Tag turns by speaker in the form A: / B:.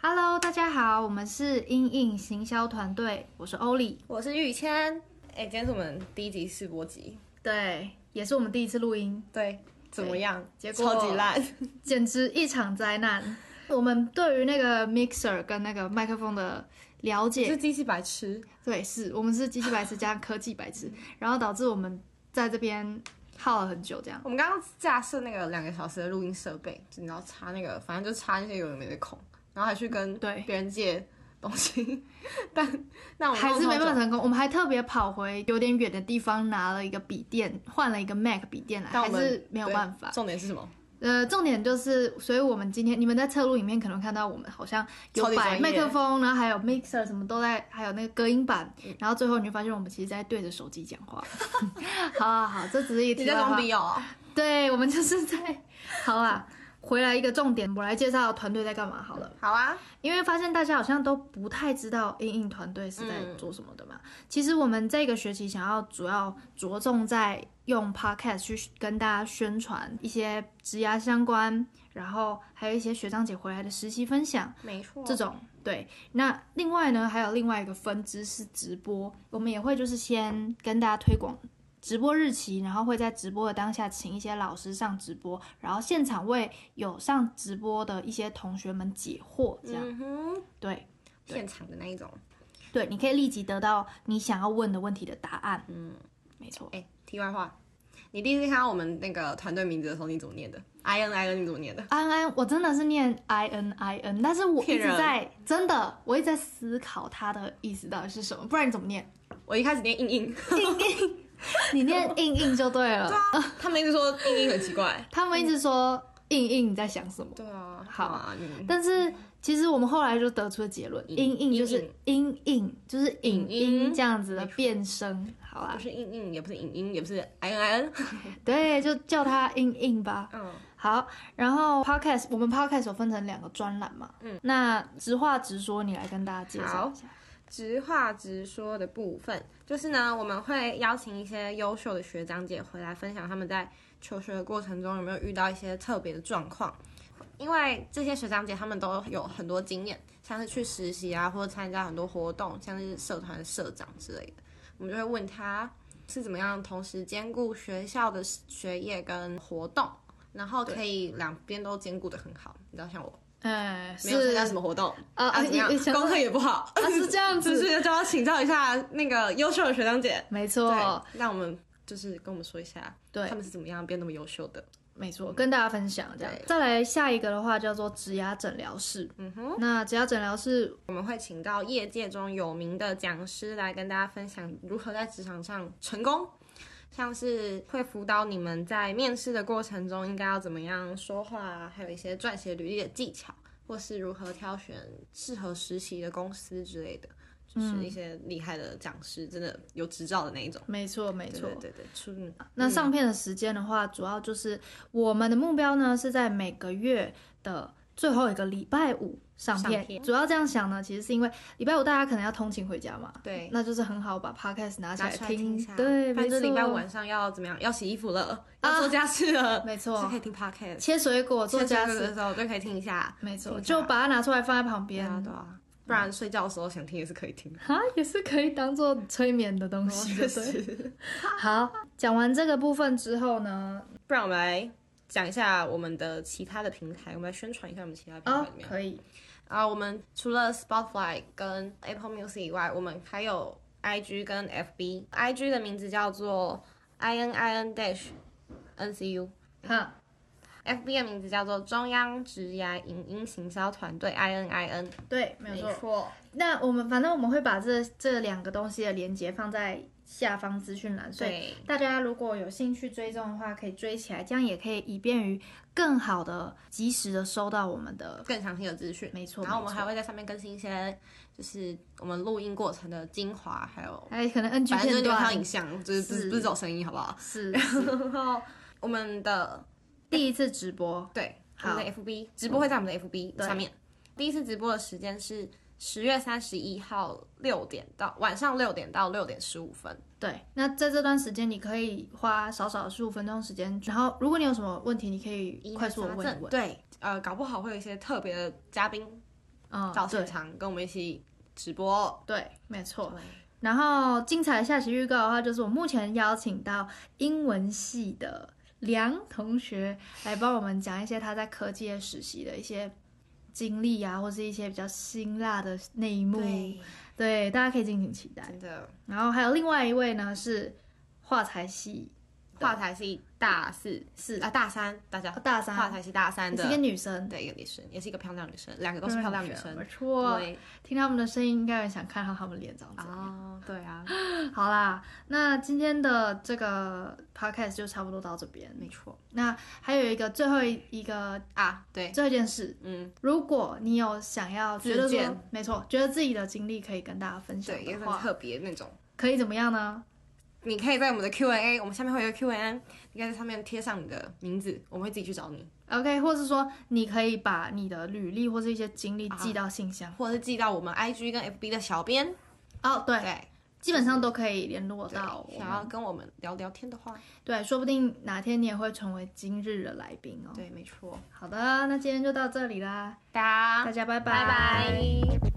A: Hello，大家好，我们是英印行销团队，我是欧丽，
B: 我是玉谦。哎、今天是我们第一集试播集，
A: 对，也是我们第一次录音，
B: 对，怎么样？
A: 结果
B: 超级烂，
A: 简直一场灾难。 我们对于那个 mixer 跟那个麦克风的了
B: 是
A: 解，
B: 机器白痴。
A: 对，是我们是机器白痴加科技白 痴，然后导致我们在这边耗了很久，这样。
B: 我们刚刚架设那个两个小时的录音设备，你知道插那个，反正就插那些有的没的孔，然后还去跟
A: 对
B: 别人借东西， 但那我们
A: 还是没办法
B: 法，
A: 成功，我们还特别跑回有点远的地方拿了一个笔电，换了一个 Mac 笔电来，
B: 但我
A: 还
B: 们
A: 是没有
B: 对
A: 办法。
B: 重点是什么？
A: 呃，重点就是，所以我们今天你们在侧录里面可能看到我们好像有
B: 超级专
A: 摆
B: 业
A: 麦克风，然后还有 mixer 什么都在，还有那个隔音板，
B: 嗯
A: 然后最后你就发现我们其实在对着手机讲 话。好啊，好，这只是一个题
B: 你在
A: 外
B: 装
A: 话。
B: 逼哦？
A: 对，我们就是在。好啊，回来一个重点，我来介绍团队在干嘛好了。
B: 好啊，
A: 因为发现大家好像都不太知道英印团队是在做什么的嘛。其实我们这个学期想要主要着重在用 podcast 去跟大家宣传一些职涯相关，然后还有一些学长姐回来的实习分享
B: 没错，
A: 这种。对，那另外呢，还有另外一个分支是直播，我们也会就是先跟大家推广。直播日期，然后会在直播的当下请一些老师上直播，然后现场为有上直播的一些同学们解惑，这样。
B: 嗯哼，
A: 对
B: 现场的那一种。
A: 对，你可以立即得到你想要问的问题的答案。嗯，没错。
B: 哎、题外话，你第一次看到我们那个团队名字的时候，你怎么念的？I N I N，你怎么念的？
A: 安安，我真的是念 i n i n，但是我一
B: 骗
A: 直
B: 人
A: 在真的，我一直在思考它的意思到底是什么，不然你怎么念？
B: 我一开始念硬硬，
A: 你 念硬硬就对啊了。
B: 他们一直说硬硬很奇怪。
A: 他们一直说硬硬你在想什么，
B: 对啊，
A: 好
B: 啊，嗯
A: 但是其实我们后来就得出了结论，
B: 影
A: 硬硬就是音硬，就是影
B: 影音
A: 音这样子的变声，好啦
B: 不，是硬硬，也不是影音，也不是 i n i n。
A: 对，就叫它硬硬吧。
B: 嗯，
A: 好，然后 podcast 我们 podcast 有分成两个专栏嘛，嗯，那直话直说，你来跟大家介绍一下。
B: 直话直说的部分，就是呢，我们会邀请一些优秀的学长姐回来分享他们在求学的过程中有没有遇到一些特别的状况。因为这些学长姐他们都有很多经验，像是去实习啊，或者参加很多活动，像是社团的社长之类的，我们就会问他是怎么样同时兼顾学校的学业跟活动，然后可以两边都兼顾的很好。你知道，像我
A: 哎、
B: 没有参
A: 是
B: 加什么活动，
A: 啊
B: 啊，怎么样
A: 你你？想
B: 功课也不好，
A: 啊是这样
B: 只
A: 子，
B: 是就要请教一下那个优秀的学长姐。
A: 没
B: 对
A: 错，，
B: 让我们就是跟我们说一下，
A: 哦对
B: 他们是怎么样变那么优秀的。
A: 没错，跟大家分享这样
B: 对。
A: 再来下一个的话叫做植牙诊疗室，
B: 嗯哼，
A: 那植牙诊疗室
B: 我们会请到业界中有名的讲师来跟大家分享如何在职场上成功，像是会辅导你们在面试的过程中应该要怎么样说话啊，还有一些撰写履历的技巧，或是如何挑选适合实习的公司之类的。
A: 嗯
B: 就是一些厉害的讲师，真的有执照的那一种。
A: 没错没错
B: 对，对对，出嗯
A: 那上片的时间的话，主要就是我们的目标呢是在每个月的最后一个礼拜五上片。
B: 上片
A: 主要这样想呢，其实是因为礼拜五大家可能要通勤回家嘛，
B: 对
A: 那就是很好把 podcast 拿起
B: 拿
A: 来
B: 出来
A: 听。
B: 一下，
A: 对，
B: 反
A: 没错，啊
B: 正礼拜五晚上要怎么样？要洗衣服了，要做家事 了，
A: 没
B: 是
A: 错
B: 可，以听 podcast。
A: 切水果做家
B: 睡
A: 事，啊
B: 的时候就可以听一下，
A: 没错，
B: 听一下
A: 就把它拿出来放在旁
B: 对
A: 边
B: 啊对啊，不然睡觉的时候想听也是可以听的。
A: 啊，也是可以当做催眠的东
B: 哦
A: 西，对不对。好，讲完这个部分之后呢，
B: 不然我们来讲一下我们的其他的平台，我们来宣传一下我们其他平台
A: 哦
B: 里，面。
A: 可以，
B: 啊，我们除了 Spotify 跟 Apple Music 以外，我们还有 IG 跟 FB。IG 的名字叫做 i n i n dash n c u。
A: 哈，
B: FB 的名字叫做中央职涯影音行销团队 ININ，
A: 对，没有错。
B: 错，
A: 那我们反正我们会把这这两个东西的连接放在下方资讯栏，所以
B: 对，
A: 大家如果有兴趣追踪的话，可以追起来，这样也可以以便于更好的、及时的收到我们的。
B: 呃更详细的资讯。
A: 没错
B: 然后我们
A: 没错
B: 还会在上面更新一些，就是我们录音过程的精华，还有
A: 哎，可能 NG
B: 反正就是
A: 片
B: 流畅
A: 段
B: 影像，就是不
A: 是
B: 是不是走声 音，好不好？
A: 是是
B: 然后我们的哦
A: 第一次直播，
B: 对，我
A: 好
B: 们的 FB 直播会在我们的 FB
A: 对
B: 上面。第一次直播的时间是十月三十一号六点到晚上六点到六点十五分，
A: 对，那在这段时间，你可以花少少十五分钟时间，然后如果你有什么问题，你可以快速的问一问。
B: 对，呃，搞不好会有一些特别的嘉宾
A: 嗯，
B: 到
A: 对
B: 现场跟我们一起直播。
A: 对，没错。然后精彩下期预告的话，就是我目前邀请到英文系的梁同学来帮我们讲一些他在科技业实习的一些经历啊，或是一些比较辛辣的内幕。
B: 对，
A: 对，大家可以敬请期待。
B: 真的，
A: 然后还有另外一位呢是化材系
B: 话台系大四
A: 是
B: 啊，大三，大家
A: 大三
B: 话台系大三
A: 是
B: 的
A: 一个女生，
B: 的一个女生，也是一个漂亮女生，两个都是漂亮女生。
A: 没错。
B: 对
A: 听他们的声音，应该很想看到他们脸长怎样。
B: 啊，对啊，
A: 好啦，那今天的这个 podcast 就差不多到这边。
B: 没错
A: 那还有一个最后一个
B: 啊，对，
A: 最后一件事，
B: 嗯，
A: 如果你有想要觉得
B: 自
A: 说
B: 荐，
A: 没错，觉得自己的经历可以跟大家分享
B: 对，也
A: 的
B: 很
A: 话，
B: 特别那种。
A: 可以怎么样呢？
B: 你可以在我们的 Q&A，我们下面会有一个 Q&A，你可以在上面贴上你的名字，我们会自己去找你，
A: OK，或是说你可以把你的履历或是一些经历寄到信箱
B: 或者是寄到我们 IG 跟 FB 的小编。
A: 哦，对，
B: 对，
A: 基本上都可以联络到我
B: 想要
A: 们。
B: 跟我们聊聊天的话，
A: 对，说不定哪天你也会成为今日的来宾哦。
B: 对，没错，
A: 好的，那今天就到这里啦，
B: 大家
A: 大家拜
B: 拜拜